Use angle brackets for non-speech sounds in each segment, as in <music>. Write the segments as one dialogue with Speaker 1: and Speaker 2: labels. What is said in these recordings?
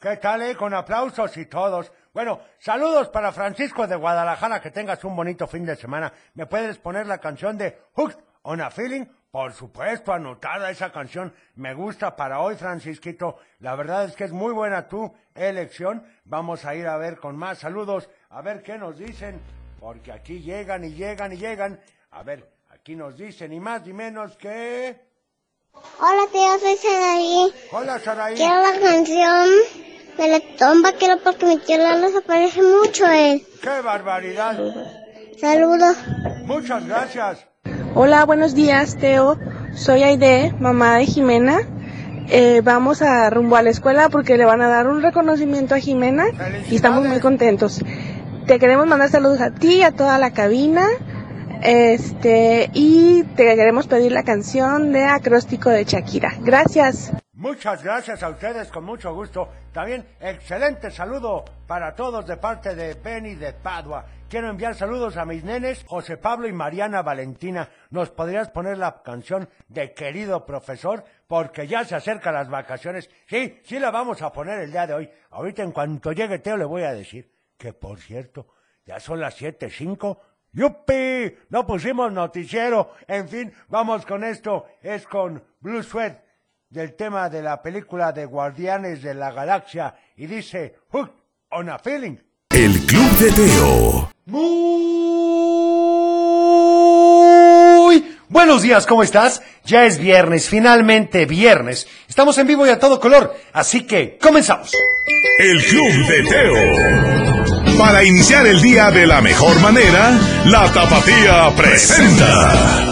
Speaker 1: ¿Qué tal, eh? Con aplausos y todos. Bueno, saludos para Francisco de Guadalajara, que tengas un bonito fin de semana. ¿Me puedes poner la canción de Hooked on a Feeling? Por supuesto, anotada esa canción. Me gusta para hoy, Francisquito. La verdad es que es muy buena tu elección. Vamos a ir a ver con más saludos, a ver qué nos dicen, porque aquí llegan y llegan y llegan. A ver, aquí nos dicen, y más ni menos que...
Speaker 2: Hola tío, soy Saraí.
Speaker 1: Hola, Saraí.
Speaker 2: Quiero la canción de la tomba, quiero porque mi tío Lalo se parece mucho a él.
Speaker 1: ¡Qué barbaridad!
Speaker 2: Saludos.
Speaker 1: Muchas gracias.
Speaker 3: Hola, buenos días, Teo. Soy Aide, mamá de Jimena. Eh, vamos a rumbo a la escuela porque le van a dar un reconocimiento a Jimena
Speaker 1: Felicidades.
Speaker 3: y estamos muy contentos. Te queremos mandar saludos a ti, a toda la cabina. Este, y te queremos pedir la canción de acróstico de Shakira. Gracias.
Speaker 1: Muchas gracias a ustedes, con mucho gusto. También excelente saludo para todos de parte de Benny de Padua. Quiero enviar saludos a mis nenes, José Pablo y Mariana Valentina. ¿Nos podrías poner la canción de querido profesor? Porque ya se acercan las vacaciones. Sí, sí la vamos a poner el día de hoy. Ahorita en cuanto llegue Teo le voy a decir que, por cierto, ya son las 7.05. ¡Yupi! No pusimos noticiero. En fin, vamos con esto. Es con Blue Sweat del tema de la película de Guardianes de la Galaxia y dice Hooked on a Feeling.
Speaker 4: El Club de Teo.
Speaker 5: Muy buenos días, ¿cómo estás? Ya es viernes, finalmente viernes. Estamos en vivo y a todo color, así que comenzamos.
Speaker 4: El Club de Teo. Para iniciar el día de la mejor manera, la Tapatía presenta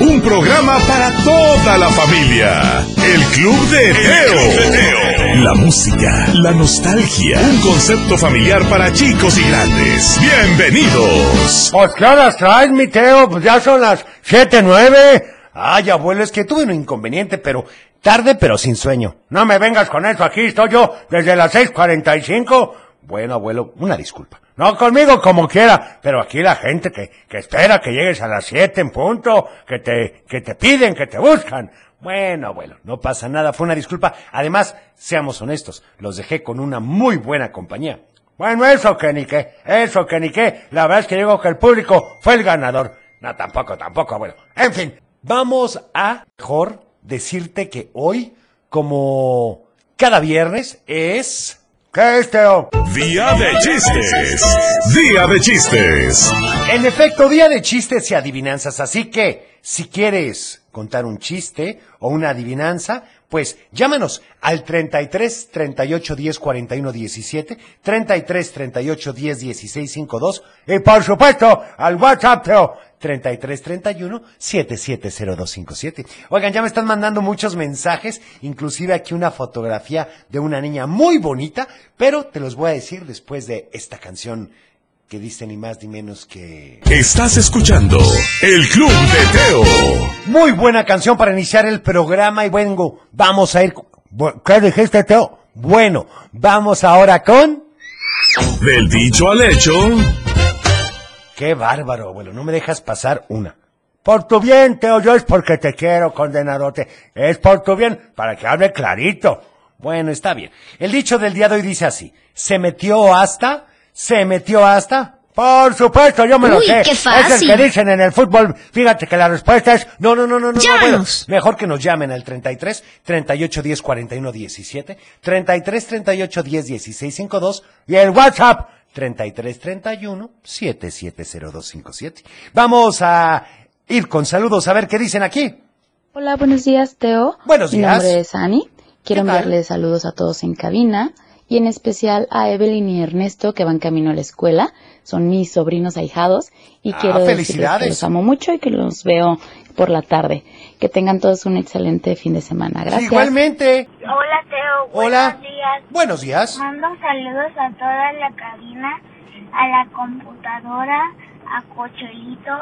Speaker 4: un programa para toda la familia. El Club de Teo. La música, la nostalgia, un concepto familiar para chicos y grandes. Bienvenidos.
Speaker 1: Pues qué horas traes, mi Teo, pues ya son las siete nueve.
Speaker 5: Ay, abuelo, es que tuve un inconveniente, pero tarde, pero sin sueño.
Speaker 1: No me vengas con eso, aquí estoy yo desde las seis cuarenta y cinco.
Speaker 5: Bueno, abuelo, una disculpa.
Speaker 1: No conmigo como quiera, pero aquí la gente que, que espera que llegues a las siete en punto, que te, que te piden, que te buscan.
Speaker 5: Bueno, abuelo, no pasa nada, fue una disculpa. Además, seamos honestos, los dejé con una muy buena compañía.
Speaker 1: Bueno, eso que ni qué, eso que ni qué. La verdad es que digo que el público fue el ganador.
Speaker 5: No, tampoco, tampoco, abuelo.
Speaker 1: En fin,
Speaker 5: Vamos a mejor decirte que hoy, como cada viernes, es...
Speaker 1: ¿qué es, Teo?
Speaker 4: Día de chistes. Día de chistes.
Speaker 5: En efecto, día de chistes y adivinanzas, así que si quieres contar un chiste o una adivinanza, pues llámanos al 33 38 10 41 17, 33 38 10 16 52
Speaker 1: Y por supuesto, al WhatsApp, Teo.
Speaker 5: 33 31 770257. Oigan, ya me están mandando muchos mensajes, inclusive aquí una fotografía de una niña muy bonita, pero te los voy a decir después de esta canción que dice ni más ni menos que...
Speaker 4: Estás escuchando El Club de Teo.
Speaker 5: Muy buena canción para iniciar el programa y vengo, vamos a ir... con- Bu- ¿Qué dijiste, Teo? Bueno, vamos ahora con...
Speaker 4: Del dicho al hecho.
Speaker 5: ¡Qué bárbaro, abuelo! No me dejas pasar una.
Speaker 1: Por tu bien, Teo, yo es porque te quiero, condenadote. Es por tu bien, para que hable clarito.
Speaker 5: Bueno, está bien. El dicho del día de hoy dice así. Se metió hasta, se metió hasta.
Speaker 1: Por supuesto, yo me lo
Speaker 6: Uy,
Speaker 1: sé.
Speaker 6: qué
Speaker 1: Es el
Speaker 6: fácil.
Speaker 1: que dicen en el fútbol. Fíjate que la respuesta es
Speaker 5: No, no, no, no, no.
Speaker 6: Llámanos.
Speaker 5: bueno, mejor que nos llamen al 33 38 10 41 17, 33 38 10 16 52
Speaker 1: y el WhatsApp.
Speaker 5: 33 31 770257. Vamos a ir con saludos a ver qué dicen aquí.
Speaker 7: Hola, buenos días, Teo.
Speaker 5: Buenos
Speaker 7: Mi
Speaker 5: días.
Speaker 7: nombre es Ani. Quiero
Speaker 5: ¿Qué tal?
Speaker 7: enviarles saludos a todos en cabina y en especial a Evelyn y Ernesto que van camino a la escuela. Son mis sobrinos ahijados y
Speaker 5: Ah,
Speaker 7: quiero decirles
Speaker 5: felicidades.
Speaker 7: que los amo mucho y que los veo por la tarde. Que tengan todos un excelente fin de semana. Gracias.
Speaker 5: Igualmente.
Speaker 2: Hola Teo,
Speaker 5: Hola.
Speaker 2: buenos días. Ah.
Speaker 5: Buenos días.
Speaker 2: Mando saludos a toda la cabina, a la computadora, a Cocholito,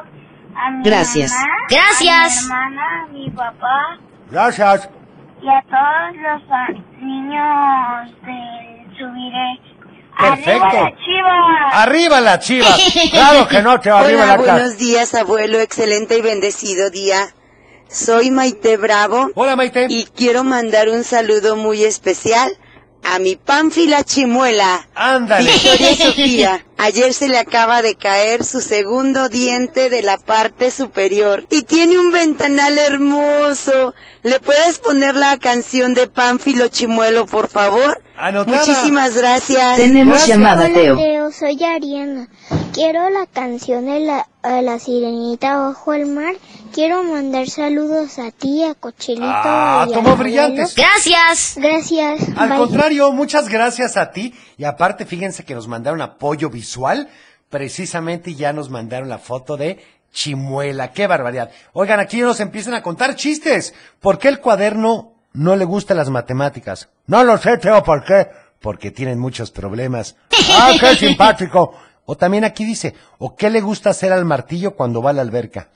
Speaker 2: a mi
Speaker 8: Gracias.
Speaker 2: mamá,
Speaker 6: Gracias.
Speaker 2: a mi hermana, a mi papá
Speaker 1: Gracias.
Speaker 2: y a todos los ah, niños del Subiré.
Speaker 5: Perfecto.
Speaker 2: ¡Arriba la chiva!
Speaker 5: Arriba
Speaker 2: <laughs>
Speaker 5: la chiva.
Speaker 1: Claro que no, Teo, arriba
Speaker 8: Hola,
Speaker 1: la ca-
Speaker 8: buenos días, abuelo. Excelente y bendecido día. Soy Maite Bravo
Speaker 5: Hola Maite.
Speaker 8: y quiero mandar un saludo muy especial a mi Pánfila Chimuela. <laughs>
Speaker 5: Ándale.
Speaker 8: Victoria Sofía, ayer se le acaba de caer su segundo diente de la parte superior y tiene un ventanal hermoso. ¿Le puedes poner la canción de Pánfilo Chimuelo, por favor?
Speaker 5: Anotada.
Speaker 8: Muchísimas gracias.
Speaker 6: Tenemos llamada, Teo.
Speaker 9: soy Ariana. Quiero la canción de la, a la sirenita bajo el mar. Quiero mandar saludos a ti, a Cochelito.
Speaker 5: Ah,
Speaker 9: y a
Speaker 5: tomó
Speaker 9: Manuelo.
Speaker 5: brillantes.
Speaker 6: Gracias.
Speaker 9: Gracias.
Speaker 5: Al
Speaker 9: Bye.
Speaker 5: contrario, muchas gracias a ti. Y aparte, fíjense que nos mandaron apoyo visual, precisamente, y ya nos mandaron la foto de Chimuela. ¡Qué barbaridad! Oigan, aquí ya nos empiezan a contar chistes. ¿Por qué el cuaderno no le gusta las matemáticas? No lo sé, Teo, ¿por qué? Porque tienen muchos problemas. ¡Ah, qué simpático! O también aquí dice, ¿o qué le gusta hacer al martillo cuando va a la alberca?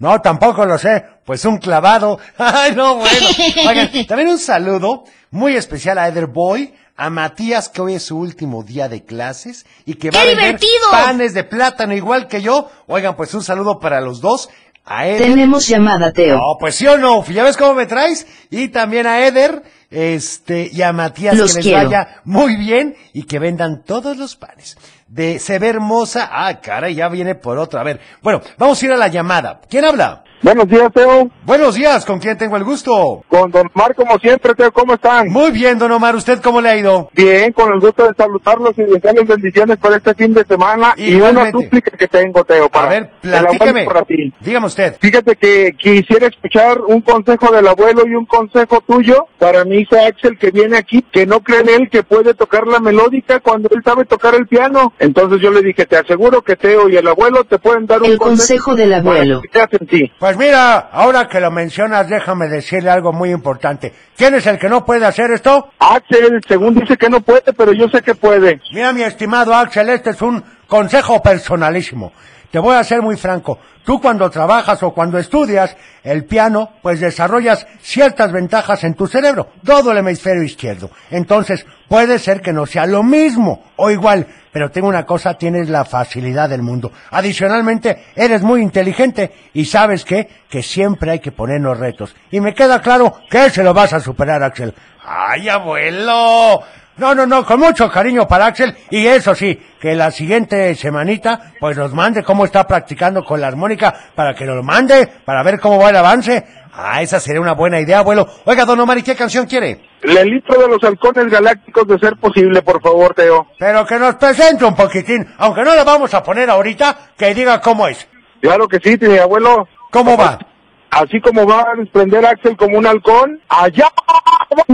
Speaker 5: No, tampoco lo sé. Pues un clavado. <laughs> Ay, no, bueno.
Speaker 6: <laughs>
Speaker 5: Oigan, también un saludo muy especial a Ederboy, a Matías, que hoy es su último día de clases y que va a
Speaker 6: ¡Qué
Speaker 5: vender
Speaker 6: divertido!
Speaker 5: panes de plátano igual que yo. Oigan, pues un saludo para los dos. A Eder.
Speaker 6: Tenemos llamada, Teo.
Speaker 5: No, pues sí o no, ya ves cómo me traes. Y también a Eder, este, y a Matías,
Speaker 6: Los
Speaker 5: que les
Speaker 6: quiero.
Speaker 5: vaya muy bien y que vendan todos los panes. De Se ve hermosa, ah, cara, ya viene por otra. A ver, bueno, vamos a ir a la llamada. ¿Quién habla?
Speaker 10: Buenos días, Teo.
Speaker 5: Buenos días, ¿con quién tengo el gusto?
Speaker 10: Con Don Omar, como siempre, Teo, ¿cómo están?
Speaker 5: Muy bien, don Omar, ¿usted cómo le ha ido?
Speaker 10: Bien, con el gusto de saludarlos y desearles bendiciones para este fin de semana. Y
Speaker 5: Igualmente.
Speaker 10: una súplica que tengo, Teo,
Speaker 5: A
Speaker 10: para
Speaker 5: ver,
Speaker 10: te la guardo
Speaker 5: platíqueme.
Speaker 10: para ti.
Speaker 5: Dígame usted.
Speaker 10: Fíjate que quisiera escuchar un consejo del abuelo y un consejo tuyo para mi hijo Axel que viene aquí, que no cree en él que puede tocar la melódica cuando él sabe tocar el piano. Entonces yo le dije, te aseguro que Teo y el abuelo te pueden dar un
Speaker 6: El consejo del abuelo.
Speaker 10: para que creas en ti.
Speaker 5: Pues mira, ahora que lo mencionas, déjame decirle algo muy importante. ¿Quién es el que no puede hacer esto?
Speaker 10: Axel, según dice que no puede, pero yo sé que puede.
Speaker 5: Mira, mi estimado Axel, este es un consejo personalísimo. Te voy a ser muy franco. Tú cuando trabajas o cuando estudias el piano, pues desarrollas ciertas ventajas en tu cerebro, todo el hemisferio izquierdo. Entonces, puede ser que no sea lo mismo o igual, pero tengo una cosa, tienes la facilidad del mundo. Adicionalmente, eres muy inteligente y sabes qué, que siempre hay que ponernos retos. Y me queda claro que se lo vas a superar, Axel. ¡Ay, abuelo! No, no, no, con mucho cariño para Axel y eso sí, que la siguiente semanita pues nos mande cómo está practicando con la armónica para que nos lo mande, para ver cómo va el avance. Ah, esa sería una buena idea, abuelo. Oiga, don Omar, ¿y qué canción quiere?
Speaker 10: El litro de los halcones galácticos de ser posible, por favor, Teo.
Speaker 5: Pero que nos presente un poquitín, aunque no la vamos a poner ahorita, que diga cómo es.
Speaker 10: Claro que sí, mi abuelo.
Speaker 5: ¿Cómo va?
Speaker 10: Así como va a desprender Axel como un halcón, allá va.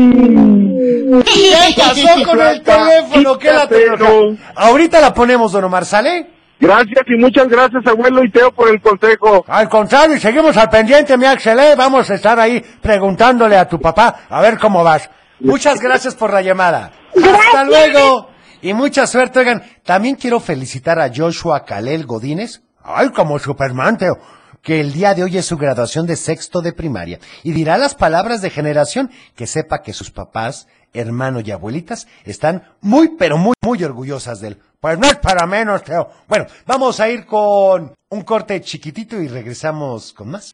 Speaker 5: ¿Qué pasó con el teléfono? ¿Qué la
Speaker 10: Quítatelo.
Speaker 5: tecnología? Ahorita la ponemos, don Omar, ¿sale?
Speaker 10: Gracias y muchas gracias, abuelo y Teo, por el consejo.
Speaker 5: Al contrario, y seguimos al pendiente, mi Axel, ¿eh? Vamos a estar ahí preguntándole a tu papá a ver cómo vas. Muchas gracias por la llamada. Hasta luego. Y mucha suerte, oigan. También quiero felicitar a Joshua Kalel Godínez. Ay, como Superman, Teo. Que el día de hoy es su graduación de sexto de primaria. Y dirá las palabras de generación que sepa que sus papás, hermanos y abuelitas están muy, pero muy, muy orgullosas de él. Pues no es para menos, Teo. Bueno, vamos a ir con un corte chiquitito y regresamos con más.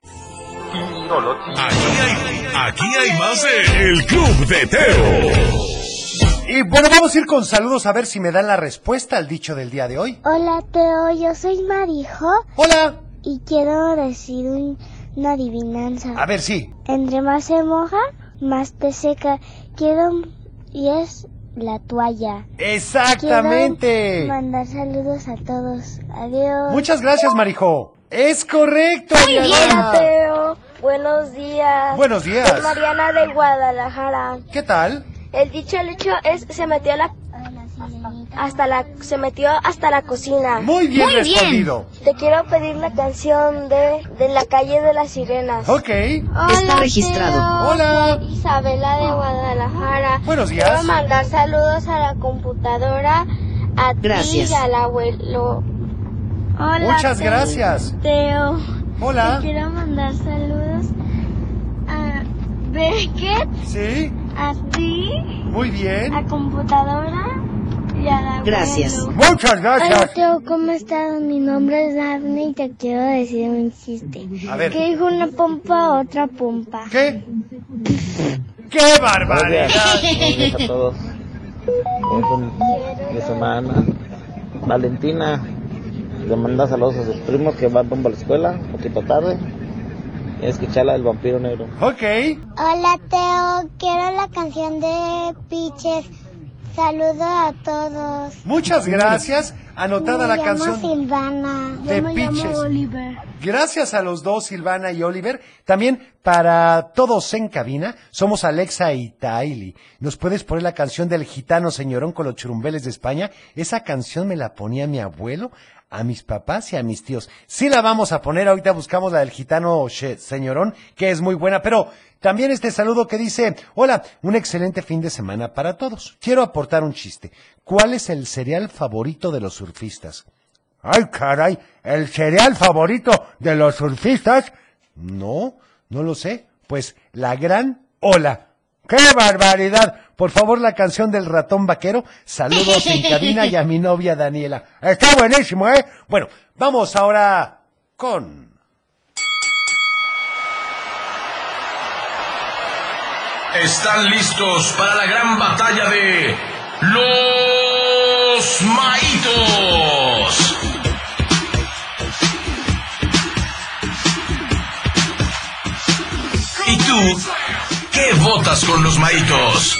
Speaker 4: Aquí hay, aquí hay más de El Club de Teo.
Speaker 5: Y bueno, vamos a ir con saludos a ver si me dan la respuesta al dicho del día de hoy.
Speaker 9: Hola Teo, yo soy Marijo
Speaker 5: Hola.
Speaker 9: y quiero decir un- una adivinanza.
Speaker 5: A ver, sí.
Speaker 9: Entre más se moja, más te seca. Quiero y es la toalla.
Speaker 5: Exactamente.
Speaker 9: Quiero mandar saludos a todos. Adiós.
Speaker 5: Muchas gracias, Marijo. Es correcto. Diana.
Speaker 9: Teo. Buenos días.
Speaker 5: Buenos días.
Speaker 9: Soy Mariana de Guadalajara.
Speaker 5: ¿Qué tal?
Speaker 9: El dicho el hecho es se metió la hasta la se metió hasta la cocina.
Speaker 5: Muy bien
Speaker 6: Muy bien.
Speaker 5: respondido.
Speaker 9: Te quiero pedir la canción de de la calle de las sirenas.
Speaker 5: Ok.
Speaker 6: Está registrado.
Speaker 5: Hola.
Speaker 9: Isabela de Guadalajara.
Speaker 5: Buenos
Speaker 9: Quiero
Speaker 5: días.
Speaker 9: mandar saludos a la computadora, a ti
Speaker 6: Gracias.
Speaker 9: y al abuelo.
Speaker 5: Muchas gracias.
Speaker 9: Teo.
Speaker 5: Hola.
Speaker 9: Quiero mandar saludos a Beckett,
Speaker 5: Sí.
Speaker 9: a ti,
Speaker 5: Muy bien.
Speaker 9: a computadora y al abuelo.
Speaker 6: Gracias.
Speaker 5: Muchas
Speaker 9: Hola
Speaker 5: gracias.
Speaker 9: Teo, ¿cómo estás? Mi nombre es Daphne y te quiero decir un chiste.
Speaker 5: A ver.
Speaker 9: ¿Qué dijo una pompa a otra pompa?
Speaker 5: ¿Qué? ¡Qué barbaridad!
Speaker 11: a todos.
Speaker 12: un fin de semana. Valentina, le manda saludos a sus primos que van rumbo a la escuela, un poquito tarde. Y escucharla del vampiro negro.
Speaker 5: Ok.
Speaker 13: Hola Teo, quiero la canción de Piches. Saludo a todos.
Speaker 5: Muchas gracias. Anotada la canción.
Speaker 13: Silvana.
Speaker 5: Yo De me llamo Piches. Oliver. Gracias a los dos, Silvana y Oliver. También para todos en cabina, somos Alexa y Taili. ¿Nos puedes poner la canción del gitano señorón con los churumbeles de España? Esa canción me la ponía mi abuelo, a mis papás y a mis tíos. Sí la vamos a poner, ahorita buscamos la del gitano she- señorón, que es muy buena, pero también este saludo que dice, hola, un excelente fin de semana para todos. Quiero aportar un chiste. ¿Cuál es el cereal favorito de los surfistas? Ay, caray, el cereal favorito de los surfistas. No, no lo sé. Pues la gran ola. ¡Qué barbaridad! Por favor, la canción del ratón vaquero. Saludos en cabina y a mi novia Daniela. Está buenísimo, ¿eh? Bueno, vamos ahora con...
Speaker 4: Están listos para la gran batalla de los maitos. ¿Y tú qué votas con los maitos?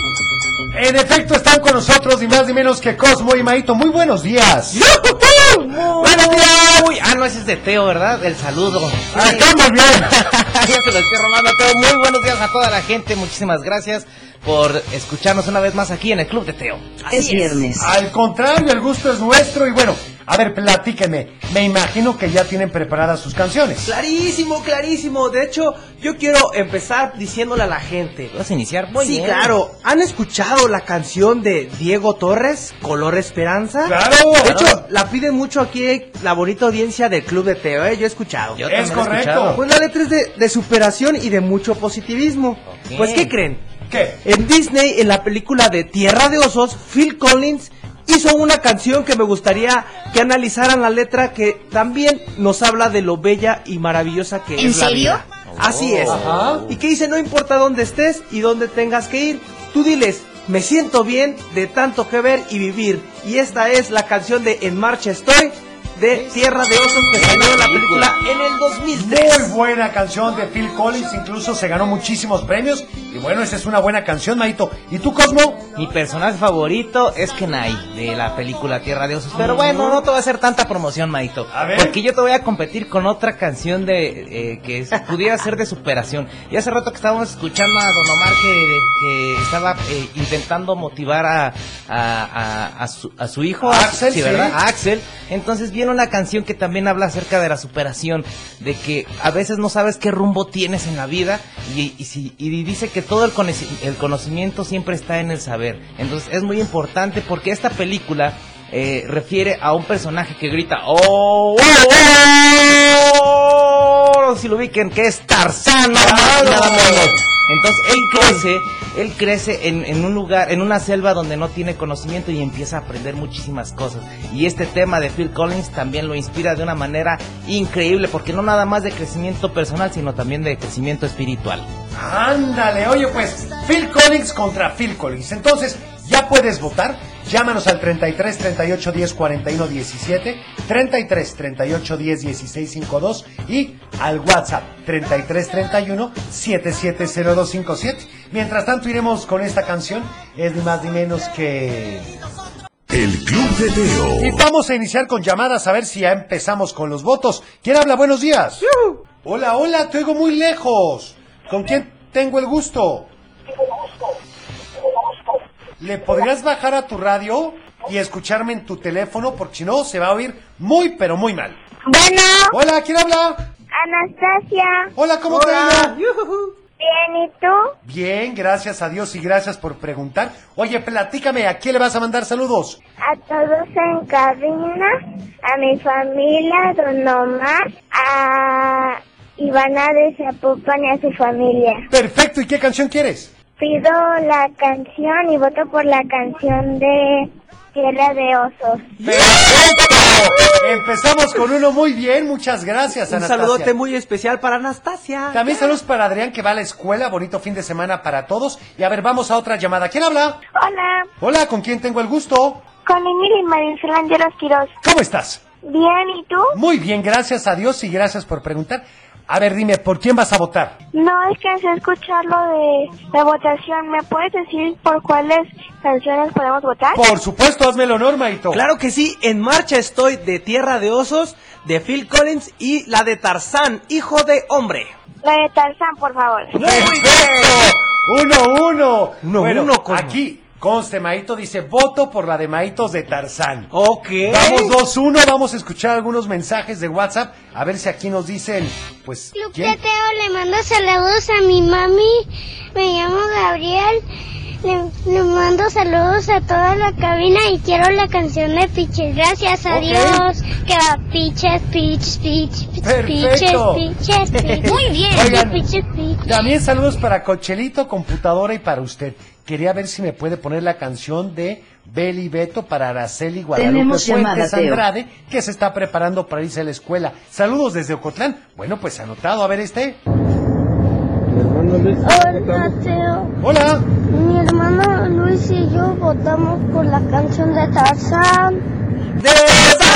Speaker 5: En efecto, están con nosotros ni más ni menos que Cosmo y Maito. Muy buenos días.
Speaker 12: ¡Buenos días! Uy, ah, no, ese es de Teo, ¿verdad? El saludo.
Speaker 5: Estamos bien.
Speaker 12: <laughs> ya se lo estoy robando, Teo. Muy buenos días a toda la gente. Muchísimas gracias por escucharnos una vez más aquí en el Club de Teo.
Speaker 14: Es viernes.
Speaker 5: Al contrario, el gusto es nuestro y bueno, a ver, platíquenme. Me imagino que ya tienen preparadas sus canciones.
Speaker 15: Clarísimo, clarísimo. De hecho, yo quiero empezar diciéndole a la gente.
Speaker 12: ¿Vas a iniciar? Muy
Speaker 15: sí,
Speaker 12: bien.
Speaker 15: claro. ¿Han escuchado la canción de Diego Torres, Color Esperanza?
Speaker 5: Claro.
Speaker 15: De hecho, la piden mucho aquí la bonita audiencia del Club de Teo, ¿eh? Yo he escuchado.
Speaker 12: Yo
Speaker 5: Es
Speaker 12: también he
Speaker 5: correcto.
Speaker 12: escuchado.
Speaker 15: Pues la letra es de, de superación y de mucho positivismo.
Speaker 12: Ok.
Speaker 15: Pues, ¿qué creen?
Speaker 5: ¿Qué?
Speaker 15: En Disney, en la película de Tierra de Osos, Phil Collins hizo una canción que me gustaría que analizaran la letra que también nos habla de lo bella y maravillosa que
Speaker 14: ¿En
Speaker 15: es. la
Speaker 14: serio?
Speaker 15: vida. Así es.
Speaker 5: Oh. Ajá.
Speaker 15: Y que dice, no importa dónde estés y dónde tengas que ir, tú diles, me siento bien de tanto que ver y vivir. Y esta es la canción de En Marcha Estoy de Tierra de Osos que salió en la película en el 2003.
Speaker 5: Muy buena canción de Phil Collins, incluso se ganó muchísimos premios. Y bueno, esa es una buena canción, Maito. ¿Y tú, Cosmo?
Speaker 12: Mi personaje favorito es Kenai, de la película Tierra de Osos. Pero bueno, no te voy a hacer tanta promoción, Maito.
Speaker 5: A ver.
Speaker 12: Porque yo te voy a competir con otra canción de eh, que es- pudiera ser de superación. Y hace rato que estábamos escuchando a Don Omar que, que estaba eh, intentando motivar a, a- a- a su, a su hijo.
Speaker 5: A Axel,
Speaker 12: sí,
Speaker 5: sí.
Speaker 12: ¿verdad? A Axel. Entonces viene una canción que también habla acerca de la superación, de que a veces no sabes qué rumbo tienes en la vida y, y si- y dice que todo el, conoci- el conocimiento siempre está en el saber. Entonces es muy importante porque esta película eh, refiere a un personaje que grita ¡Oh! ¡Oh! oh, oh", si lo ubiquen, que es Tarzán. nada más y nada menos. Entonces él crece, él crece en, en un lugar, en una selva donde no tiene conocimiento y empieza a aprender muchísimas cosas. Y este tema de Phil Collins también lo inspira de una manera increíble, porque no nada más de crecimiento personal, sino también de crecimiento espiritual.
Speaker 5: Ándale, oye, pues Phil Collins contra Phil Collins. Entonces, ya puedes votar. Llámanos al 33 38 10 41 17, 33 38 10 16 52 y al WhatsApp 33 31 770257. Mientras tanto, iremos con esta canción. Es ni más ni menos que.
Speaker 4: El Club de
Speaker 5: Y
Speaker 4: Teo.
Speaker 5: vamos a iniciar con llamadas a ver si ya empezamos con los votos. ¿Quién habla? Buenos días. Hola, hola, te oigo muy lejos. ¿Con quién tengo el gusto? ¿Le podrías bajar a tu radio y escucharme en tu teléfono? Porque si no, se va a oír muy, pero muy mal.
Speaker 13: Bueno,
Speaker 5: Hola, ¿quién habla?
Speaker 13: Anastasia,
Speaker 5: Hola, ¿cómo te
Speaker 15: Hola.
Speaker 5: va?
Speaker 15: Yujujú.
Speaker 13: bien, ¿y tú?
Speaker 5: Bien, gracias a Dios y gracias por preguntar. Oye, platícame, ¿a quién le vas a mandar saludos?
Speaker 13: A todos en cabina, a mi familia, Don Omar, a Ivana de Zapopan y a su familia.
Speaker 5: Perfecto, ¿y qué canción quieres?
Speaker 13: Pido la canción y voto por la canción de
Speaker 2: Tierra de osos.
Speaker 5: ¡Perfecto! Empezamos con uno muy bien, muchas gracias,
Speaker 15: Un
Speaker 5: Anastasia.
Speaker 15: saludote muy especial para Anastasia.
Speaker 5: También saludos para Adrián que va a la escuela. Bonito fin de semana para todos. Y a ver, vamos a otra llamada. ¿Quién habla?
Speaker 2: Hola,
Speaker 5: Hola, ¿con quién tengo el gusto?
Speaker 2: con Emily Marisol Angelos Quiroz.
Speaker 5: ¿Cómo estás?
Speaker 2: Bien, ¿y tú?
Speaker 5: Muy bien, gracias a Dios y gracias por preguntar. A ver, dime, ¿por quién vas a votar?
Speaker 2: No, es que sé escuchar lo de la votación. ¿Me puedes decir por cuáles canciones podemos votar?
Speaker 5: Por supuesto, hazme el honor, Maito.
Speaker 15: Claro que sí, en marcha estoy de Tierra de Osos, de Phil Collins y la de Tarzán, hijo de hombre.
Speaker 2: La de Tarzán, por favor.
Speaker 5: ¡Perfecto! ¡Uno, uno!
Speaker 15: Uno,
Speaker 5: bueno,
Speaker 15: uno, ¿cómo?
Speaker 5: aquí, conste, Maito dice, voto por la de Maitos de Tarzán.
Speaker 15: Ok.
Speaker 5: Vamos 2-1, vamos a escuchar algunos mensajes de WhatsApp, a ver si aquí nos dicen, pues,
Speaker 2: Club
Speaker 5: ¿quién?
Speaker 2: de Teo, le mando saludos a mi mami, me llamo Gabriel, le, le mando saludos a toda la cabina y quiero la canción de Piches, gracias a
Speaker 5: Ok.
Speaker 2: Dios, que va Piches, Piches, Piches, Piches,
Speaker 5: Perfecto.
Speaker 2: Piches,
Speaker 5: <laughs>
Speaker 2: Piches, muy bien,
Speaker 5: Oigan.
Speaker 2: Piches, Piches.
Speaker 5: También saludos para Cochelito, computadora y para usted. Quería ver si me puede poner la canción de Beli Beto para Araceli Guadalupe
Speaker 6: Tenemos llamada,
Speaker 5: Fuentes
Speaker 6: Teo.
Speaker 5: Andrade, que se está preparando para irse a la escuela. Saludos desde Ocotlán. Bueno, pues anotado, a ver este.
Speaker 2: Hola Teo,
Speaker 5: Hola.
Speaker 2: mi hermano Luis y yo votamos por la canción de Tarzán.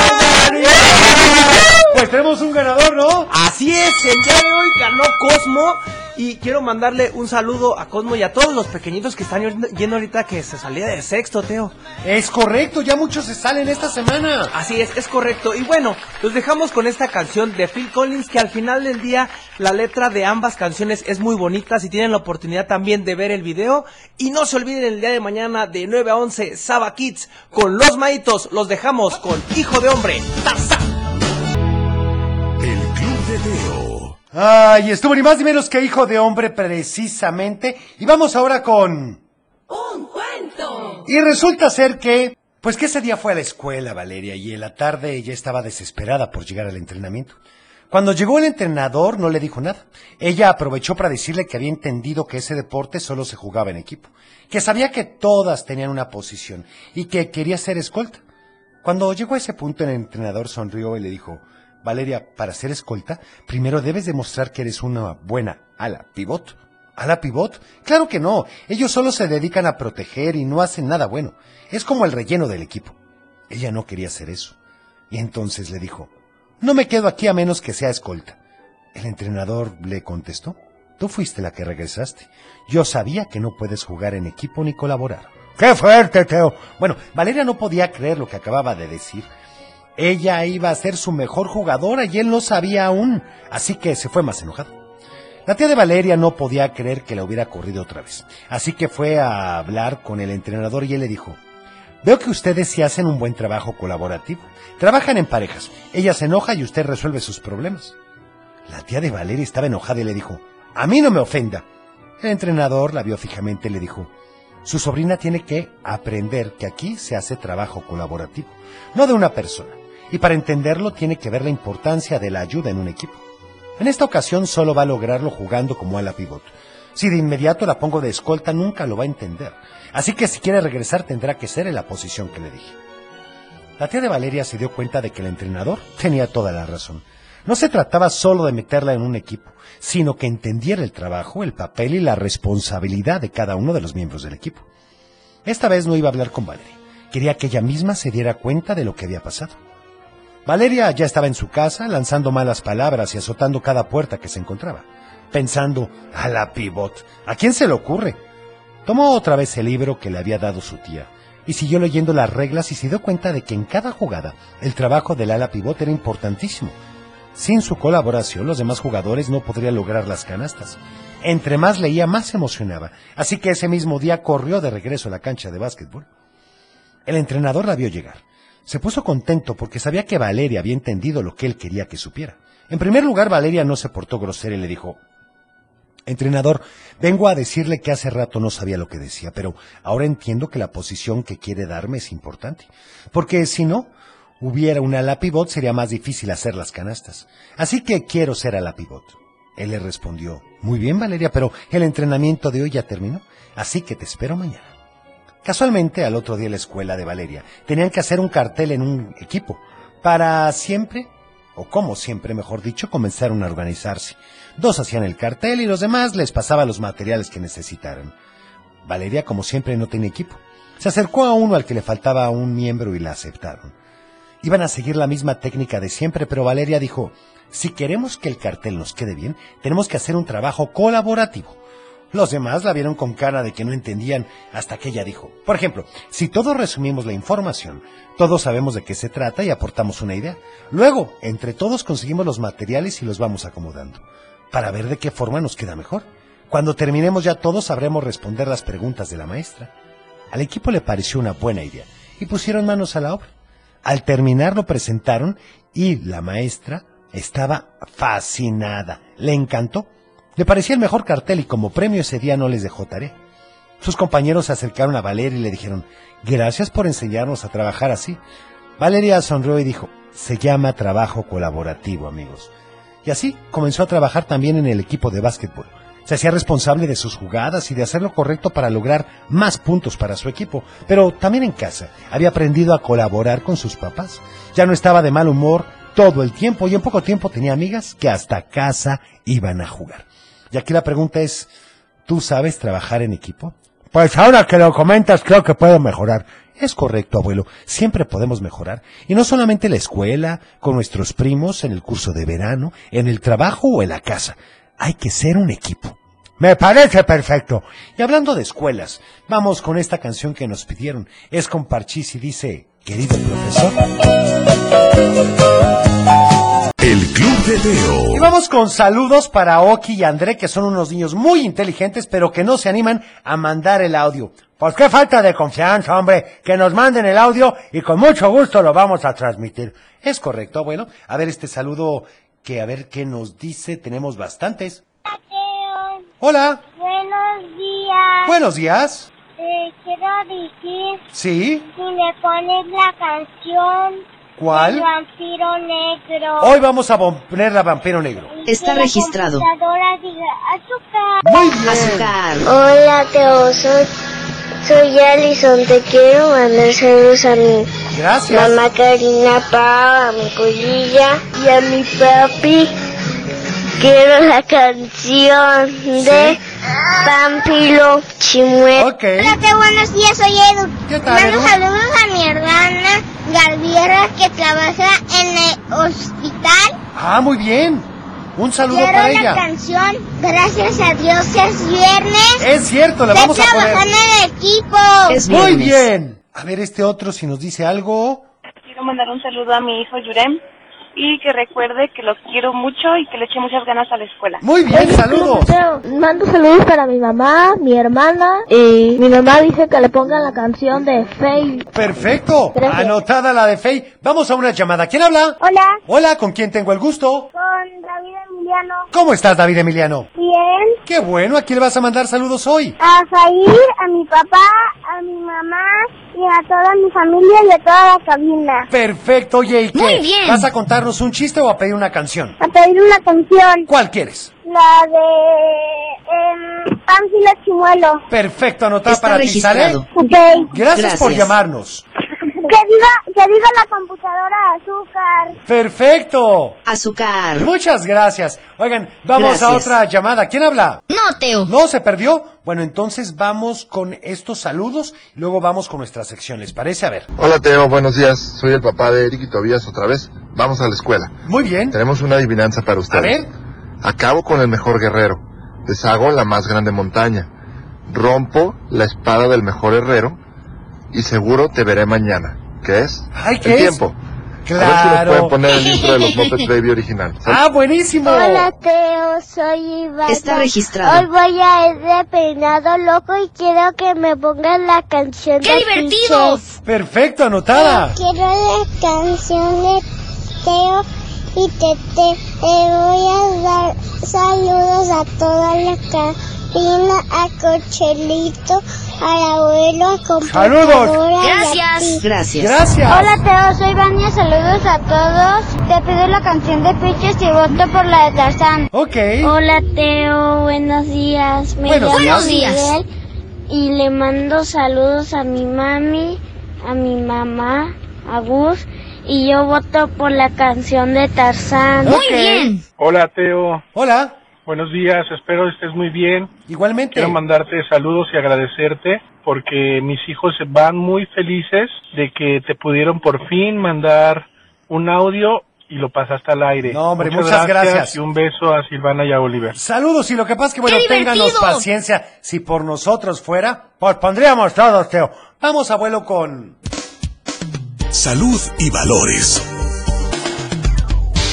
Speaker 5: Pues tenemos un ganador, ¿no?
Speaker 15: Así es, el día de hoy ganó Cosmo y quiero mandarle un saludo a Cosmo y a todos los pequeñitos que están yendo- yendo ahorita que se salía de sexto, Teo.
Speaker 5: Es correcto, ya muchos se salen esta semana.
Speaker 15: Así es, es correcto. Y bueno, los dejamos con esta canción de Phil Collins que al final del día la letra de ambas canciones es muy bonita. Si tienen la oportunidad también de ver el video. Y no se olviden el día de mañana de 9 a 11, Saba Kids con Los Maitos. Los dejamos con Hijo de Hombre.
Speaker 4: El Club de Teo.
Speaker 5: Ay, estuvo ni más ni menos que hijo de hombre precisamente. Y vamos ahora con... Un cuento. Y resulta ser que... Pues que ese día fue a la escuela, Valeria, y en la tarde ella estaba desesperada por llegar al entrenamiento. Cuando llegó el entrenador no le dijo nada. Ella aprovechó para decirle que había entendido que ese deporte solo se jugaba en equipo, que sabía que todas tenían una posición y que quería ser escolta. Cuando llegó a ese punto, el entrenador sonrió y le dijo, Valeria, para ser escolta, primero debes demostrar que eres una buena ala pivot. ¿Ala pivot? Claro que no. Ellos solo se dedican a proteger y no hacen nada bueno. Es como el relleno del equipo. Ella no quería hacer eso. Y entonces le dijo, no me quedo aquí a menos que sea escolta. El entrenador le contestó, tú fuiste la que regresaste. Yo sabía que no puedes jugar en equipo ni colaborar. ¡Qué fuerte, Teo! Bueno, Valeria no podía creer lo que acababa de decir. Ella iba a ser su mejor jugadora y él no sabía aún, así que se fue más enojado. La tía de Valeria no podía creer que le hubiera corrido otra vez, así que fue a hablar con el entrenador y él le dijo, Veo que ustedes sí hacen un buen trabajo colaborativo. Trabajan en parejas. Ella se enoja y usted resuelve sus problemas. La tía de Valeria estaba enojada y le dijo, a mí no me ofenda. El entrenador la vio fijamente y le dijo, su sobrina tiene que aprender que aquí se hace trabajo colaborativo, no de una persona. Y para entenderlo tiene que ver la importancia de la ayuda en un equipo. En esta ocasión solo va a lograrlo jugando como ala pivot. Si de inmediato la pongo de escolta nunca lo va a entender. Así que si quiere regresar tendrá que ser en la posición que le dije. La tía de Valeria se dio cuenta de que el entrenador tenía toda la razón. No se trataba solo de meterla en un equipo, sino que entendiera el trabajo, el papel y la responsabilidad de cada uno de los miembros del equipo. Esta vez no iba a hablar con Valeria. Quería que ella misma se diera cuenta de lo que había pasado. Valeria ya estaba en su casa, lanzando malas palabras y azotando cada puerta que se encontraba, pensando, a la pivot, ¿a quién se le ocurre? Tomó otra vez el libro que le había dado su tía y siguió leyendo las reglas y se dio cuenta de que en cada jugada el trabajo del ala pivot era importantísimo. Sin su colaboración, los demás jugadores no podrían lograr las canastas. Entre más leía, más se emocionaba, así que ese mismo día corrió de regreso a la cancha de básquetbol. El entrenador la vio llegar. Se puso contento porque sabía que Valeria había entendido lo que él quería que supiera. En primer lugar, Valeria no se portó grosera y le dijo, Entrenador, vengo a decirle que hace rato no sabía lo que decía, pero ahora entiendo que la posición que quiere darme es importante. Porque si no, hubiera una ala pivot sería más difícil hacer las canastas. Así que quiero ser ala pivot. Él le respondió, muy bien Valeria, pero el entrenamiento de hoy ya terminó, así que te espero mañana. Casualmente, al otro día en la escuela de Valeria, tenían que hacer un cartel en un equipo para siempre, o como siempre, mejor dicho, comenzaron a organizarse. Dos hacían el cartel y los demás les pasaban los materiales que necesitaran. Valeria, como siempre, no tenía equipo. Se acercó a uno al que le faltaba un miembro y la aceptaron. Iban a seguir la misma técnica de siempre, pero Valeria dijo, si queremos que el cartel nos quede bien, tenemos que hacer un trabajo colaborativo. Los demás la vieron con cara de que no entendían hasta que ella dijo, por ejemplo, si todos resumimos la información, todos sabemos de qué se trata y aportamos una idea. Luego, entre todos conseguimos los materiales y los vamos acomodando, para ver de qué forma nos queda mejor. Cuando terminemos ya todos sabremos responder las preguntas de la maestra. Al equipo le pareció una buena idea y pusieron manos a la obra. Al terminar lo presentaron y la maestra estaba fascinada. Le encantó. Le parecía el mejor cartel y como premio ese día no les dejó tarea. Sus compañeros se acercaron a Valeria y le dijeron, gracias por enseñarnos a trabajar así. Valeria sonrió y dijo, se llama trabajo colaborativo, amigos. Y así comenzó a trabajar también en el equipo de básquetbol. Se hacía responsable de sus jugadas y de hacer lo correcto para lograr más puntos para su equipo, pero también en casa había aprendido a colaborar con sus papás. Ya no estaba de mal humor todo el tiempo y en poco tiempo tenía amigas que hasta casa iban a jugar. Y aquí la pregunta es, ¿tú sabes trabajar en equipo? Pues ahora que lo comentas creo que puedo mejorar. Es correcto, abuelo, siempre podemos mejorar. Y no solamente en la escuela, con nuestros primos, en el curso de verano, en el trabajo o en la casa. Hay que ser un equipo. Me parece perfecto. Y hablando de escuelas, vamos con esta canción que nos pidieron. Es con Parchís y dice, querido profesor.
Speaker 4: El Club de
Speaker 5: Y
Speaker 4: Teo.
Speaker 5: vamos con saludos para Oki y André, que son unos niños muy inteligentes, pero que no se animan a mandar el audio. Pues qué falta de confianza, hombre, que nos manden el audio y con mucho gusto lo vamos a transmitir. Es correcto, bueno, a ver este saludo que a ver qué nos dice, tenemos bastantes. Hola,
Speaker 2: Buenos días.
Speaker 5: buenos días.
Speaker 2: Te quiero decir
Speaker 5: ¿Sí?
Speaker 2: si me pones la canción
Speaker 5: ¿Cuál?
Speaker 2: de Vampiro Negro.
Speaker 5: Hoy vamos a poner la Vampiro Negro.
Speaker 6: Está registrado.
Speaker 2: computadora diga azúcar.
Speaker 5: Muy
Speaker 6: Azúcar.
Speaker 2: Hola, Teo, soy, soy Alison. Te quiero mandar saludos a mi
Speaker 5: Gracias.
Speaker 2: mamá Karina Pau, a mi colilla y a mi papi. Quiero la canción de Pampilo Chimuelo.
Speaker 5: Ok.
Speaker 2: Hola, Teo, buenos días, soy Edu.
Speaker 5: ¿Qué tal,
Speaker 2: Mando
Speaker 5: Edu?
Speaker 2: saludos a mi hermana Garbiera que trabaja en el hospital.
Speaker 5: Ah, muy bien. Un saludo
Speaker 2: Quiero
Speaker 5: para
Speaker 2: la
Speaker 5: ella.
Speaker 2: canción, gracias a Dios es viernes.
Speaker 5: Es cierto, Eh, la
Speaker 2: Estoy
Speaker 5: vamos a poner.
Speaker 2: trabajando en equipo.
Speaker 6: Es
Speaker 5: Muy
Speaker 6: viernes.
Speaker 5: bien. A ver este otro si nos dice algo.
Speaker 16: Quiero mandar un saludo a mi hijo Yurem y que recuerde que lo quiero mucho y que le eche muchas ganas a la escuela.
Speaker 5: Muy bien, saludos.
Speaker 2: Mando saludos para mi mamá, mi hermana y mi mamá dice que le pongan la canción de Faye.
Speaker 5: Perfecto.
Speaker 2: Gracias.
Speaker 5: Anotada la de Fey. Vamos a una llamada. ¿Quién habla?
Speaker 2: Hola,
Speaker 5: Hola, ¿con quién tengo el gusto?
Speaker 2: con David Emiliano.
Speaker 5: ¿Cómo estás, David Emiliano?
Speaker 2: Bien.
Speaker 5: Qué bueno, ¿a quién le vas a mandar saludos hoy?
Speaker 2: A Fair, a mi papá, a mi mamá y a toda mi familia y a toda la cabina.
Speaker 5: Perfecto, oye, ¿y qué?
Speaker 2: Muy bien.
Speaker 5: ¿Vas a contarnos un chiste o a pedir una canción?
Speaker 2: A pedir una canción,
Speaker 5: ¿Cuál quieres?
Speaker 2: la de em, Pánfilo Chimuelo.
Speaker 5: Perfecto, anotada
Speaker 6: Está
Speaker 5: para ti, ¿sale?
Speaker 6: registrado.
Speaker 2: Ok.
Speaker 5: Gracias, por
Speaker 6: Gracias.
Speaker 5: llamarnos.
Speaker 2: Que diga, que diga la computadora azúcar.
Speaker 5: Perfecto.
Speaker 6: Azúcar.
Speaker 5: Muchas gracias. Oigan, vamos a
Speaker 6: Gracias.
Speaker 5: otra llamada. ¿Quién habla?
Speaker 6: No, Teo.
Speaker 5: No, se perdió. Bueno, entonces vamos con estos saludos y luego vamos con nuestras secciones. Parece, a ver.
Speaker 10: Hola Teo, buenos días. Soy el papá de Eric y Tobías otra vez. Vamos a la escuela.
Speaker 5: Muy bien.
Speaker 10: Tenemos una adivinanza para
Speaker 5: A
Speaker 10: ustedes.
Speaker 5: ver.
Speaker 10: Acabo con el mejor guerrero. Deshago la más grande montaña. Rompo la espada del mejor herrero. Y seguro te veré mañana. ¿Qué es?
Speaker 5: Ay, ¿qué
Speaker 10: el
Speaker 5: es?
Speaker 10: tiempo. A ver si nos pueden
Speaker 5: Claro.
Speaker 10: poner el intro de
Speaker 5: <laughs>
Speaker 10: los Muppet Baby original.
Speaker 5: Ah, buenísimo.
Speaker 2: Hola Teo, soy Iván.
Speaker 6: Está registrado.
Speaker 2: Hoy voy a ir de peinado loco y quiero que me pongan la canción ¡Qué divertido!
Speaker 5: Perfecto, anotada.
Speaker 2: Quiero la canción de Teo y Tete. Te voy a dar saludos a toda la cabina, a Cochelito, al abuelo, a computadora. Gracias.
Speaker 6: Gracias.
Speaker 5: Gracias.
Speaker 2: Hola Teo, soy Vania, saludos a todos. Te pido la canción de Piches y voto por la de Tarzán.
Speaker 5: Ok.
Speaker 2: Hola Teo, buenos días. Me
Speaker 5: Buenos
Speaker 2: llamo
Speaker 5: días.
Speaker 2: Miguel y le mando saludos a mi mami, a mi mamá, a Gus y yo voto por la canción de Tarzán.
Speaker 5: Oh.
Speaker 17: Hola, Teo.
Speaker 5: Hola.
Speaker 17: Buenos días, espero estés muy bien.
Speaker 5: Igualmente.
Speaker 17: Quiero mandarte saludos y agradecerte porque mis hijos van muy felices de que te pudieron por fin mandar un audio y lo pasaste al aire. No,
Speaker 5: hombre, muchas gracias.
Speaker 17: Y un beso a Silvana y a Oliver.
Speaker 5: Saludos y lo que pasa es que, bueno,
Speaker 17: ¡Qué divertido!
Speaker 5: ténganos paciencia. Si por nosotros fuera, pues pondríamos todos, Teo. Vamos, abuelo, con...
Speaker 4: Salud y valores.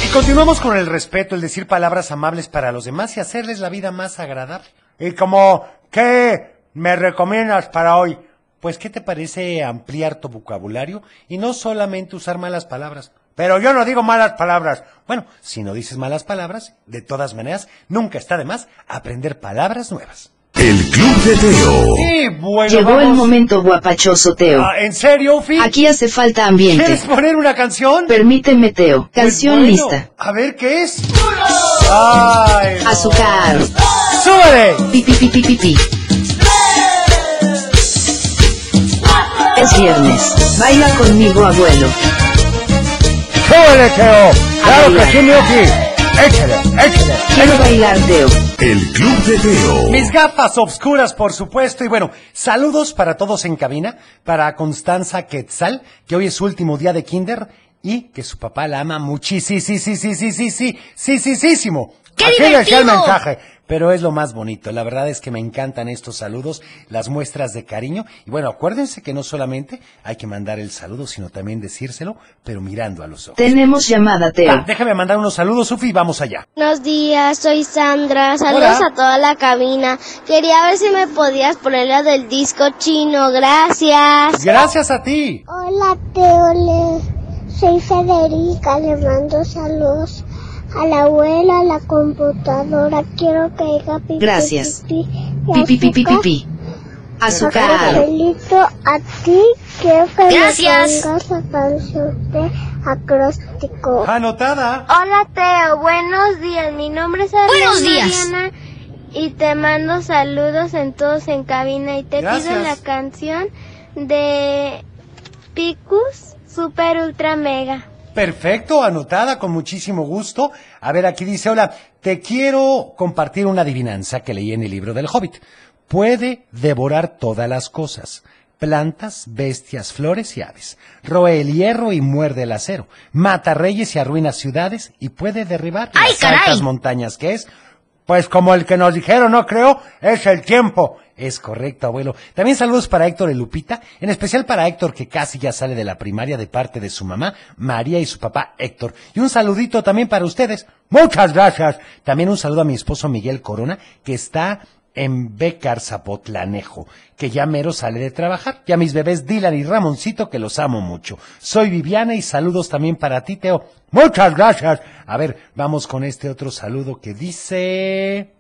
Speaker 5: Y continuamos con el respeto, el decir palabras amables para los demás y hacerles la vida más agradable. Y como, ¿qué me recomiendas para hoy? Pues, ¿qué te parece ampliar tu vocabulario y no solamente usar malas palabras? Pero yo no digo malas palabras. Bueno, si no dices malas palabras, de todas maneras, nunca está de más aprender palabras nuevas.
Speaker 4: El Club de Teo.
Speaker 5: Y bueno,
Speaker 6: Llegó el
Speaker 5: vamos-
Speaker 6: momento guapachoso, Teo.
Speaker 5: Ah, ¿En serio, Fi?
Speaker 6: Aquí hace falta ambiente.
Speaker 5: ¿Quieres poner una canción?
Speaker 6: Permíteme, Teo. Canción
Speaker 5: Pues bueno,
Speaker 6: lista.
Speaker 5: A ver qué es. Ay, no.
Speaker 6: Azúcar.
Speaker 5: ¡Súbele!
Speaker 6: Pi, pi, pi, pi, pi, pi. Es viernes. Baila conmigo, abuelo.
Speaker 5: ¡Súbele, Teo! ¡Claro que sí, Miyuki! ¡Échale, échale!
Speaker 6: Quiero bailar, Teo.
Speaker 4: El Club de Teo.
Speaker 5: Mis gafas obscuras, por supuesto. Y bueno, saludos para todos en cabina, para Constanza Quetzal, que hoy es su último día de kinder y que su papá la ama muchísimo. Sí, sí, sí, sí, sí, sí, sí, sí, sísimo.
Speaker 13: ¡Qué
Speaker 5: Aquí decía el
Speaker 13: divertido!
Speaker 5: mensaje. Pero es lo más bonito. La verdad es que me encantan estos saludos, las muestras de cariño. Y bueno, acuérdense que no solamente hay que mandar el saludo, sino también decírselo, pero mirando a los ojos.
Speaker 6: Tenemos llamada,
Speaker 5: Ah,
Speaker 6: Teo.
Speaker 5: déjame mandar unos saludos, Sufi, y vamos allá.
Speaker 2: Buenos días, soy Sandra. Saludos
Speaker 5: Hola.
Speaker 2: a toda la cabina. Quería ver si me podías poner la del disco chino. Gracias.
Speaker 5: Gracias a ti.
Speaker 2: Hola, Teo. Soy Federica. Le mando saludos a la abuela, a la computadora. Quiero que diga pipi.
Speaker 6: Gracias.
Speaker 2: Pi,
Speaker 6: Pi, pi, pi, pi, pi, pi. Azúcar.
Speaker 2: Angelito, a ti quiero que
Speaker 13: Gracias.
Speaker 2: me pongas la canción de acróstico.
Speaker 5: Anotada.
Speaker 2: Hola Teo, buenos días. Mi nombre es Adriana
Speaker 13: Buenos días.
Speaker 2: Diana, y te mando saludos en todos en cabina y te pido
Speaker 13: Gracias.
Speaker 2: la canción de Picus Super Ultra Mega.
Speaker 5: Perfecto, anotada con muchísimo gusto. A ver, aquí dice, hola, te quiero compartir una adivinanza que leí en el libro del Hobbit. Puede devorar todas las cosas. Plantas, bestias, flores y aves. Roe el hierro y muerde el acero. Mata reyes y arruina ciudades y puede derribar las altas montañas que es. Pues como el que nos dijeron, no creo, es el tiempo. Es correcto, abuelo. También saludos para Héctor y Lupita, en especial para Héctor que casi ya sale de la primaria de parte de su mamá, María y su papá Héctor. Y un saludito también para ustedes. Muchas gracias. También un saludo a mi esposo Miguel Corona, que está en Bécar Zapotlanejo, que ya mero sale de trabajar. Y a mis bebés Dylan y Ramoncito, que los amo mucho. Soy Viviana y saludos también para ti, Teo. Muchas gracias. A ver, vamos con este otro saludo que dice...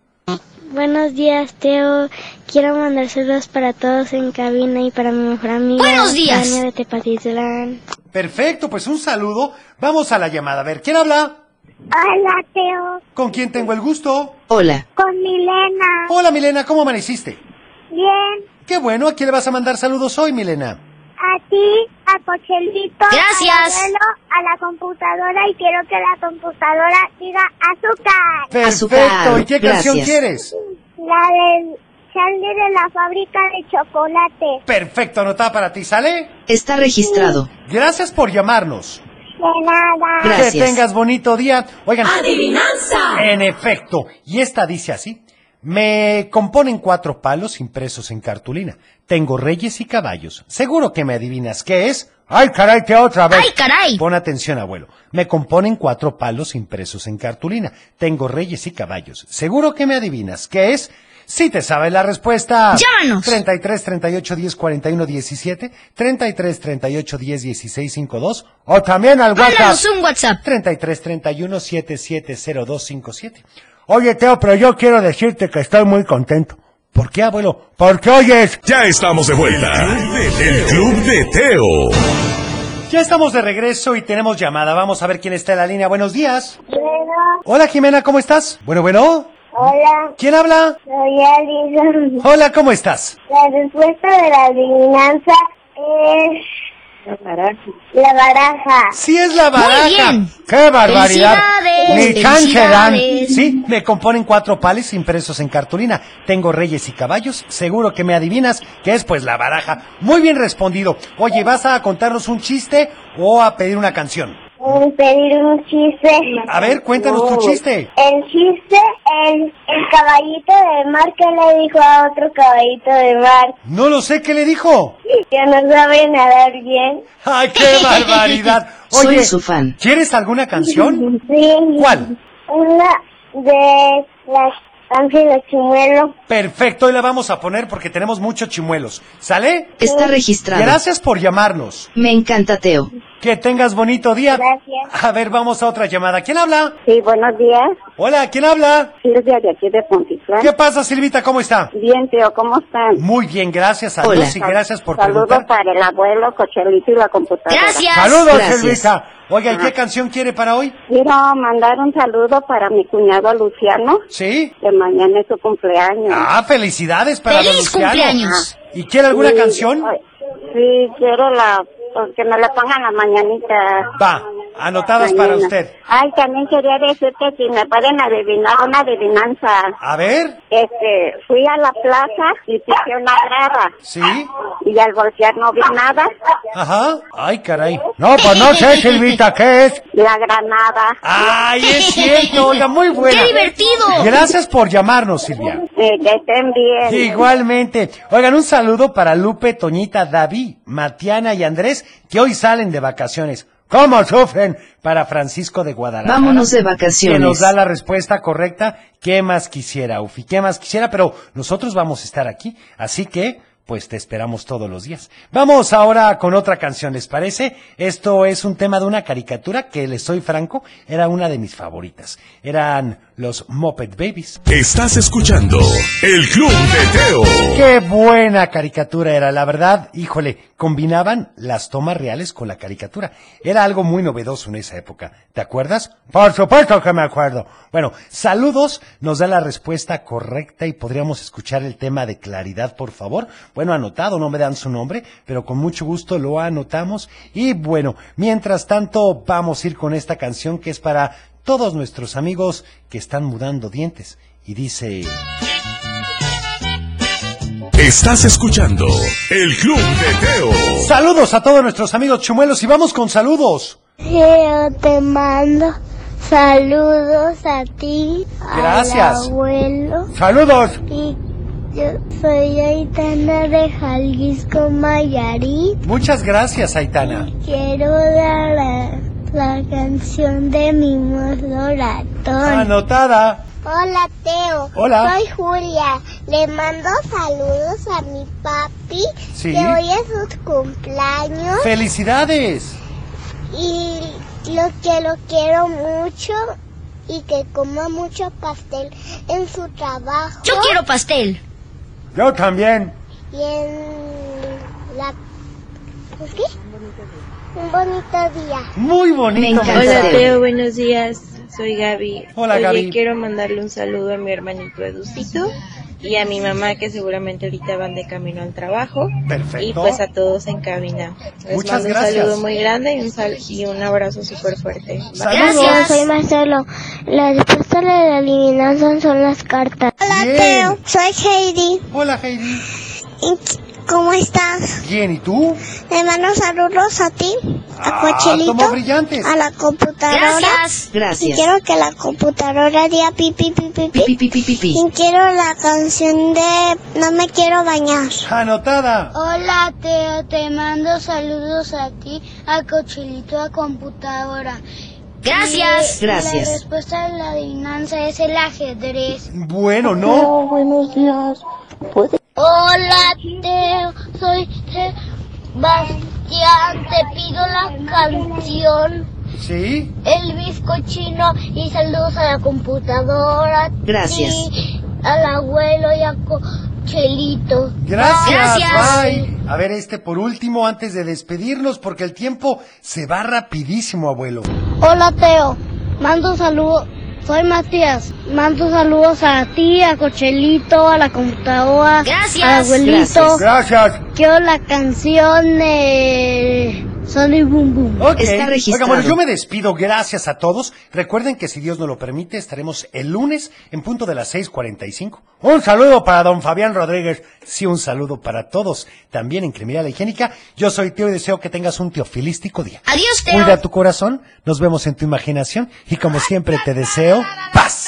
Speaker 2: Buenos días Teo, quiero mandar saludos para todos en cabina y para mi mejor amiga.
Speaker 13: Buenos días.
Speaker 2: Tania de Tepatitlán.
Speaker 5: Perfecto, pues un saludo. Vamos a la llamada. A ver, ¿quién habla?
Speaker 2: Hola Teo,
Speaker 5: ¿Con quién tengo el gusto?
Speaker 6: Hola.
Speaker 2: con Milena.
Speaker 5: Hola, Milena, ¿cómo amaneciste?
Speaker 2: Ah. Bien,
Speaker 5: Qué bueno, ¿a quién le vas a mandar saludos hoy, Milena?
Speaker 2: a ti, a Cochelito,
Speaker 13: Gracias.
Speaker 2: al abuelo, a la computadora y quiero que la computadora diga azúcar.
Speaker 5: Perfecto, ¿y qué canción
Speaker 13: gracias.
Speaker 5: quieres?
Speaker 2: La del Charlie de la fábrica de chocolate.
Speaker 5: Perfecto, anotada para ti, ¿sale?
Speaker 6: Está registrado.
Speaker 5: Gracias por llamarnos.
Speaker 2: De nada.
Speaker 5: Que tengas bonito día. Oigan. ¡Adivinanza! En efecto. Y esta dice así. Me componen cuatro palos impresos en cartulina. Tengo reyes y caballos. Seguro que me adivinas qué es. ¡Ay, caray, que otra vez!
Speaker 13: ¡Ay, caray!
Speaker 5: Pon atención, abuelo. Me componen cuatro palos impresos en cartulina. Tengo reyes y caballos. Seguro que me adivinas qué es. Si te sabes la respuesta.
Speaker 13: Llámanos.
Speaker 5: 33 38 10 41 17, 33 38 10 16 52 o también al WhatsApp.
Speaker 13: Mándanos un WhatsApp.
Speaker 5: 33 31 770257. Oye, Teo, pero yo quiero decirte que estoy muy contento. ¿Por qué, abuelo? Porque oyes.
Speaker 4: Ya estamos de vuelta. El Club de Teo.
Speaker 5: Ya estamos de regreso y tenemos llamada. Vamos a ver quién está en la línea. Buenos días.
Speaker 2: Bueno,
Speaker 5: Hola, Jimena, ¿cómo estás? Bueno, bueno.
Speaker 2: Hola,
Speaker 5: ¿Quién habla?
Speaker 2: soy Alison.
Speaker 5: Hola, ¿cómo estás?
Speaker 2: La respuesta de la adivinanza es... La baraja. La baraja.
Speaker 5: Sí es la baraja. ¡Qué barbaridad!
Speaker 2: Felicidades.
Speaker 5: Ni chance dan.
Speaker 2: Felicidades.
Speaker 5: Sí, me componen cuatro pales impresos en cartulina. Tengo reyes y caballos. Seguro que me adivinas que es pues la baraja. Muy bien respondido. Oye, ¿vas a contarnos un chiste o a pedir una canción?
Speaker 2: Un pedir un chiste.
Speaker 5: A ver, cuéntanos
Speaker 2: Oh.
Speaker 5: tu chiste.
Speaker 2: El chiste, el, el caballito de mar que le dijo a otro caballito de mar,
Speaker 5: No lo sé qué le dijo.
Speaker 2: que no sabe nadar bien.
Speaker 5: ¡Ay,
Speaker 2: <laughs>
Speaker 5: qué barbaridad!
Speaker 6: Soy
Speaker 5: Oye,
Speaker 6: su fan.
Speaker 5: ¿quieres alguna canción?
Speaker 2: Sí.
Speaker 5: ¿Cuál?
Speaker 2: Una de las ángeles chimuelo.
Speaker 5: Perfecto, hoy la vamos a poner porque tenemos muchos chimuelos. ¿Sale?
Speaker 6: Está registrado.
Speaker 5: Gracias por llamarnos.
Speaker 6: Me encanta Teo.
Speaker 5: Que tengas bonito día.
Speaker 2: Gracias.
Speaker 5: A ver, vamos a otra llamada. ¿Quién habla?
Speaker 13: Sí, buenos días.
Speaker 5: Hola, ¿quién habla?
Speaker 13: Silvia de aquí de Pontitlán.
Speaker 5: ¿Qué pasa, Silvita? ¿Cómo está?
Speaker 13: Bien, Teo, ¿cómo están?
Speaker 5: Muy bien, gracias a Dios y gracias por
Speaker 13: Saludos
Speaker 5: preguntar.
Speaker 13: para el abuelo, Cochelito y la computadora.
Speaker 5: Saludos, Silvita. Oiga, ¿y qué canción quiere para hoy?
Speaker 13: Quiero mandar un saludo para mi cuñado Luciano.
Speaker 5: Sí.
Speaker 13: Que mañana es su cumpleaños.
Speaker 5: Ah, felicidades para
Speaker 13: ¡Feliz
Speaker 5: don Luciano.
Speaker 13: cumpleaños!
Speaker 5: ¿Y quiere alguna
Speaker 13: Sí,
Speaker 5: canción?
Speaker 13: ay, Sí, quiero la... pues, que me la pongan la mañanita.
Speaker 5: Va, anotadas para
Speaker 13: Mañana.
Speaker 5: usted.
Speaker 13: Ay, también quería decirte si me pueden adivinar una adivinanza.
Speaker 5: A ver,
Speaker 13: Este, fui a la plaza y puse una grada.
Speaker 5: sí.
Speaker 13: Y al voltear no vi nada.
Speaker 5: Ajá. Ay, caray. No, pues no sé, Silvita, ¿qué es?
Speaker 13: La granada.
Speaker 5: Ay, es cierto, oiga, muy
Speaker 13: <laughs>
Speaker 5: buena.
Speaker 13: ¡Qué divertido!
Speaker 5: Gracias por llamarnos, Silvia.
Speaker 13: Eh, que estén bien.
Speaker 5: Igualmente. Oigan, un saludo para Lupe, Toñita, David, Matiana y Andrés, que hoy salen de vacaciones. ¿Cómo sufren? Para Francisco de Guadalajara.
Speaker 6: Vámonos de vacaciones.
Speaker 5: Que nos da la respuesta correcta. ¿Qué más quisiera, Ufi? ¿Qué más quisiera? Pero nosotros vamos a estar aquí. Así que, pues te esperamos todos los días. Vamos ahora con otra canción, ¿les parece? Esto es un tema de una caricatura que, les soy franco, era una de mis favoritas. Eran los Muppet Babies.
Speaker 4: Estás escuchando El Club de Teo.
Speaker 5: Qué buena caricatura era, la verdad, híjole, combinaban las tomas reales con la caricatura. Era algo muy novedoso en esa época, ¿te acuerdas? Por supuesto que me acuerdo. Bueno, saludos, nos da la respuesta correcta y podríamos escuchar el tema de claridad, por favor. Bueno, anotado, no me dan su nombre, pero con mucho gusto lo anotamos. Y bueno, mientras tanto, vamos a ir con esta canción que es para todos nuestros amigos que están mudando dientes. Y dice...
Speaker 4: Estás escuchando El Club de Teo.
Speaker 5: Saludos a todos nuestros amigos chumuelos y vamos con saludos.
Speaker 2: Yo te mando saludos a ti,
Speaker 5: Gracias.
Speaker 2: al abuelo.
Speaker 5: Saludos.
Speaker 2: Y yo soy Aitana de Jalisco Mayarit.
Speaker 5: Muchas gracias, Aitana.
Speaker 2: Quiero dar la, la canción de Mimoso
Speaker 5: Ah,
Speaker 2: Ratón.
Speaker 5: Anotada.
Speaker 2: Hola Teo,
Speaker 5: Hola.
Speaker 2: soy Julia. Le mando saludos a mi papi,
Speaker 5: Sí.
Speaker 2: que hoy es su cumpleaños
Speaker 5: Felicidades.
Speaker 2: y lo que lo quiero mucho y que coma mucho pastel en su trabajo
Speaker 9: Yo quiero pastel.
Speaker 5: Yo también.
Speaker 2: y en la ¿qué? Un bonito día.
Speaker 5: Muy bonito.
Speaker 18: Hola Teo, buenos días. Soy Gaby.
Speaker 5: Hola,
Speaker 18: Oye,
Speaker 5: Gaby.
Speaker 18: quiero mandarle un saludo a mi hermanito Educito y a mi mamá que seguramente ahorita van de camino al trabajo.
Speaker 5: Perfecto.
Speaker 18: Y pues a todos en cabina. Les
Speaker 5: Muchas
Speaker 18: mando un
Speaker 5: gracias.
Speaker 18: saludo muy grande y un, sal- y un abrazo súper fuerte. Bye.
Speaker 2: Gracias, soy Marcelo. La respuesta de la adivinanza son las cartas. Hola, Teo. Soy Heidi.
Speaker 5: Hola, Heidi.
Speaker 2: ¿Cómo estás?
Speaker 5: Bien, ¿y tú?
Speaker 2: Le mando saludos a ti, a
Speaker 5: Ah,
Speaker 2: Cochelito,
Speaker 5: somos brillantes.
Speaker 2: a la computadora.
Speaker 6: Gracias. Gracias.
Speaker 2: Y quiero que la computadora diga pi, pi, pi, pi, pi.
Speaker 6: Pi, pi, pi, pi, pi.
Speaker 2: Y quiero la canción de No me quiero bañar.
Speaker 5: Anotada.
Speaker 2: Hola Teo, te mando saludos a ti, a Cochelito, a computadora.
Speaker 9: Gracias.
Speaker 2: Y- y
Speaker 9: Gracias.
Speaker 2: La respuesta de la adivinanza es el ajedrez.
Speaker 5: Bueno, ¿no?
Speaker 2: buenos días. Hola Teo, soy Sebastián, te pido la canción
Speaker 5: Sí.
Speaker 2: El bizcochino y saludos a la computadora.
Speaker 6: Gracias.
Speaker 2: Y al abuelo y a Cochelito.
Speaker 5: Gracias. Bye. A ver, este por último, antes de despedirnos, porque el tiempo se va rapidísimo, abuelo.
Speaker 2: Hola Teo, mando saludos
Speaker 9: Soy Matías. Mando saludos a ti, a Cochelito, a la computadora,
Speaker 1: Gracias.
Speaker 9: al abuelito.
Speaker 5: Gracias.
Speaker 9: Quiero la canción de Sonic Boom Boom.
Speaker 5: Ok. Oiga, bueno, yo me despido. Gracias a todos. Recuerden que si Dios nos lo permite, estaremos el lunes en punto de las 6.45. Un saludo para don Fabián Rodríguez. Sí, un saludo para todos. También en Criminal Higiénica. Yo soy Teo y deseo que tengas un teofilístico día.
Speaker 1: Adiós, Teo.
Speaker 5: Cuida tu corazón. Nos vemos en tu imaginación. Y como siempre, te deseo paz.